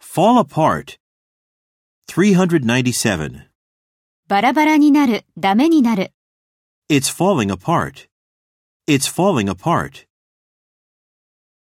fall apart. 397. バラバラになる、ダメになる。 It's falling apart. It's falling apart.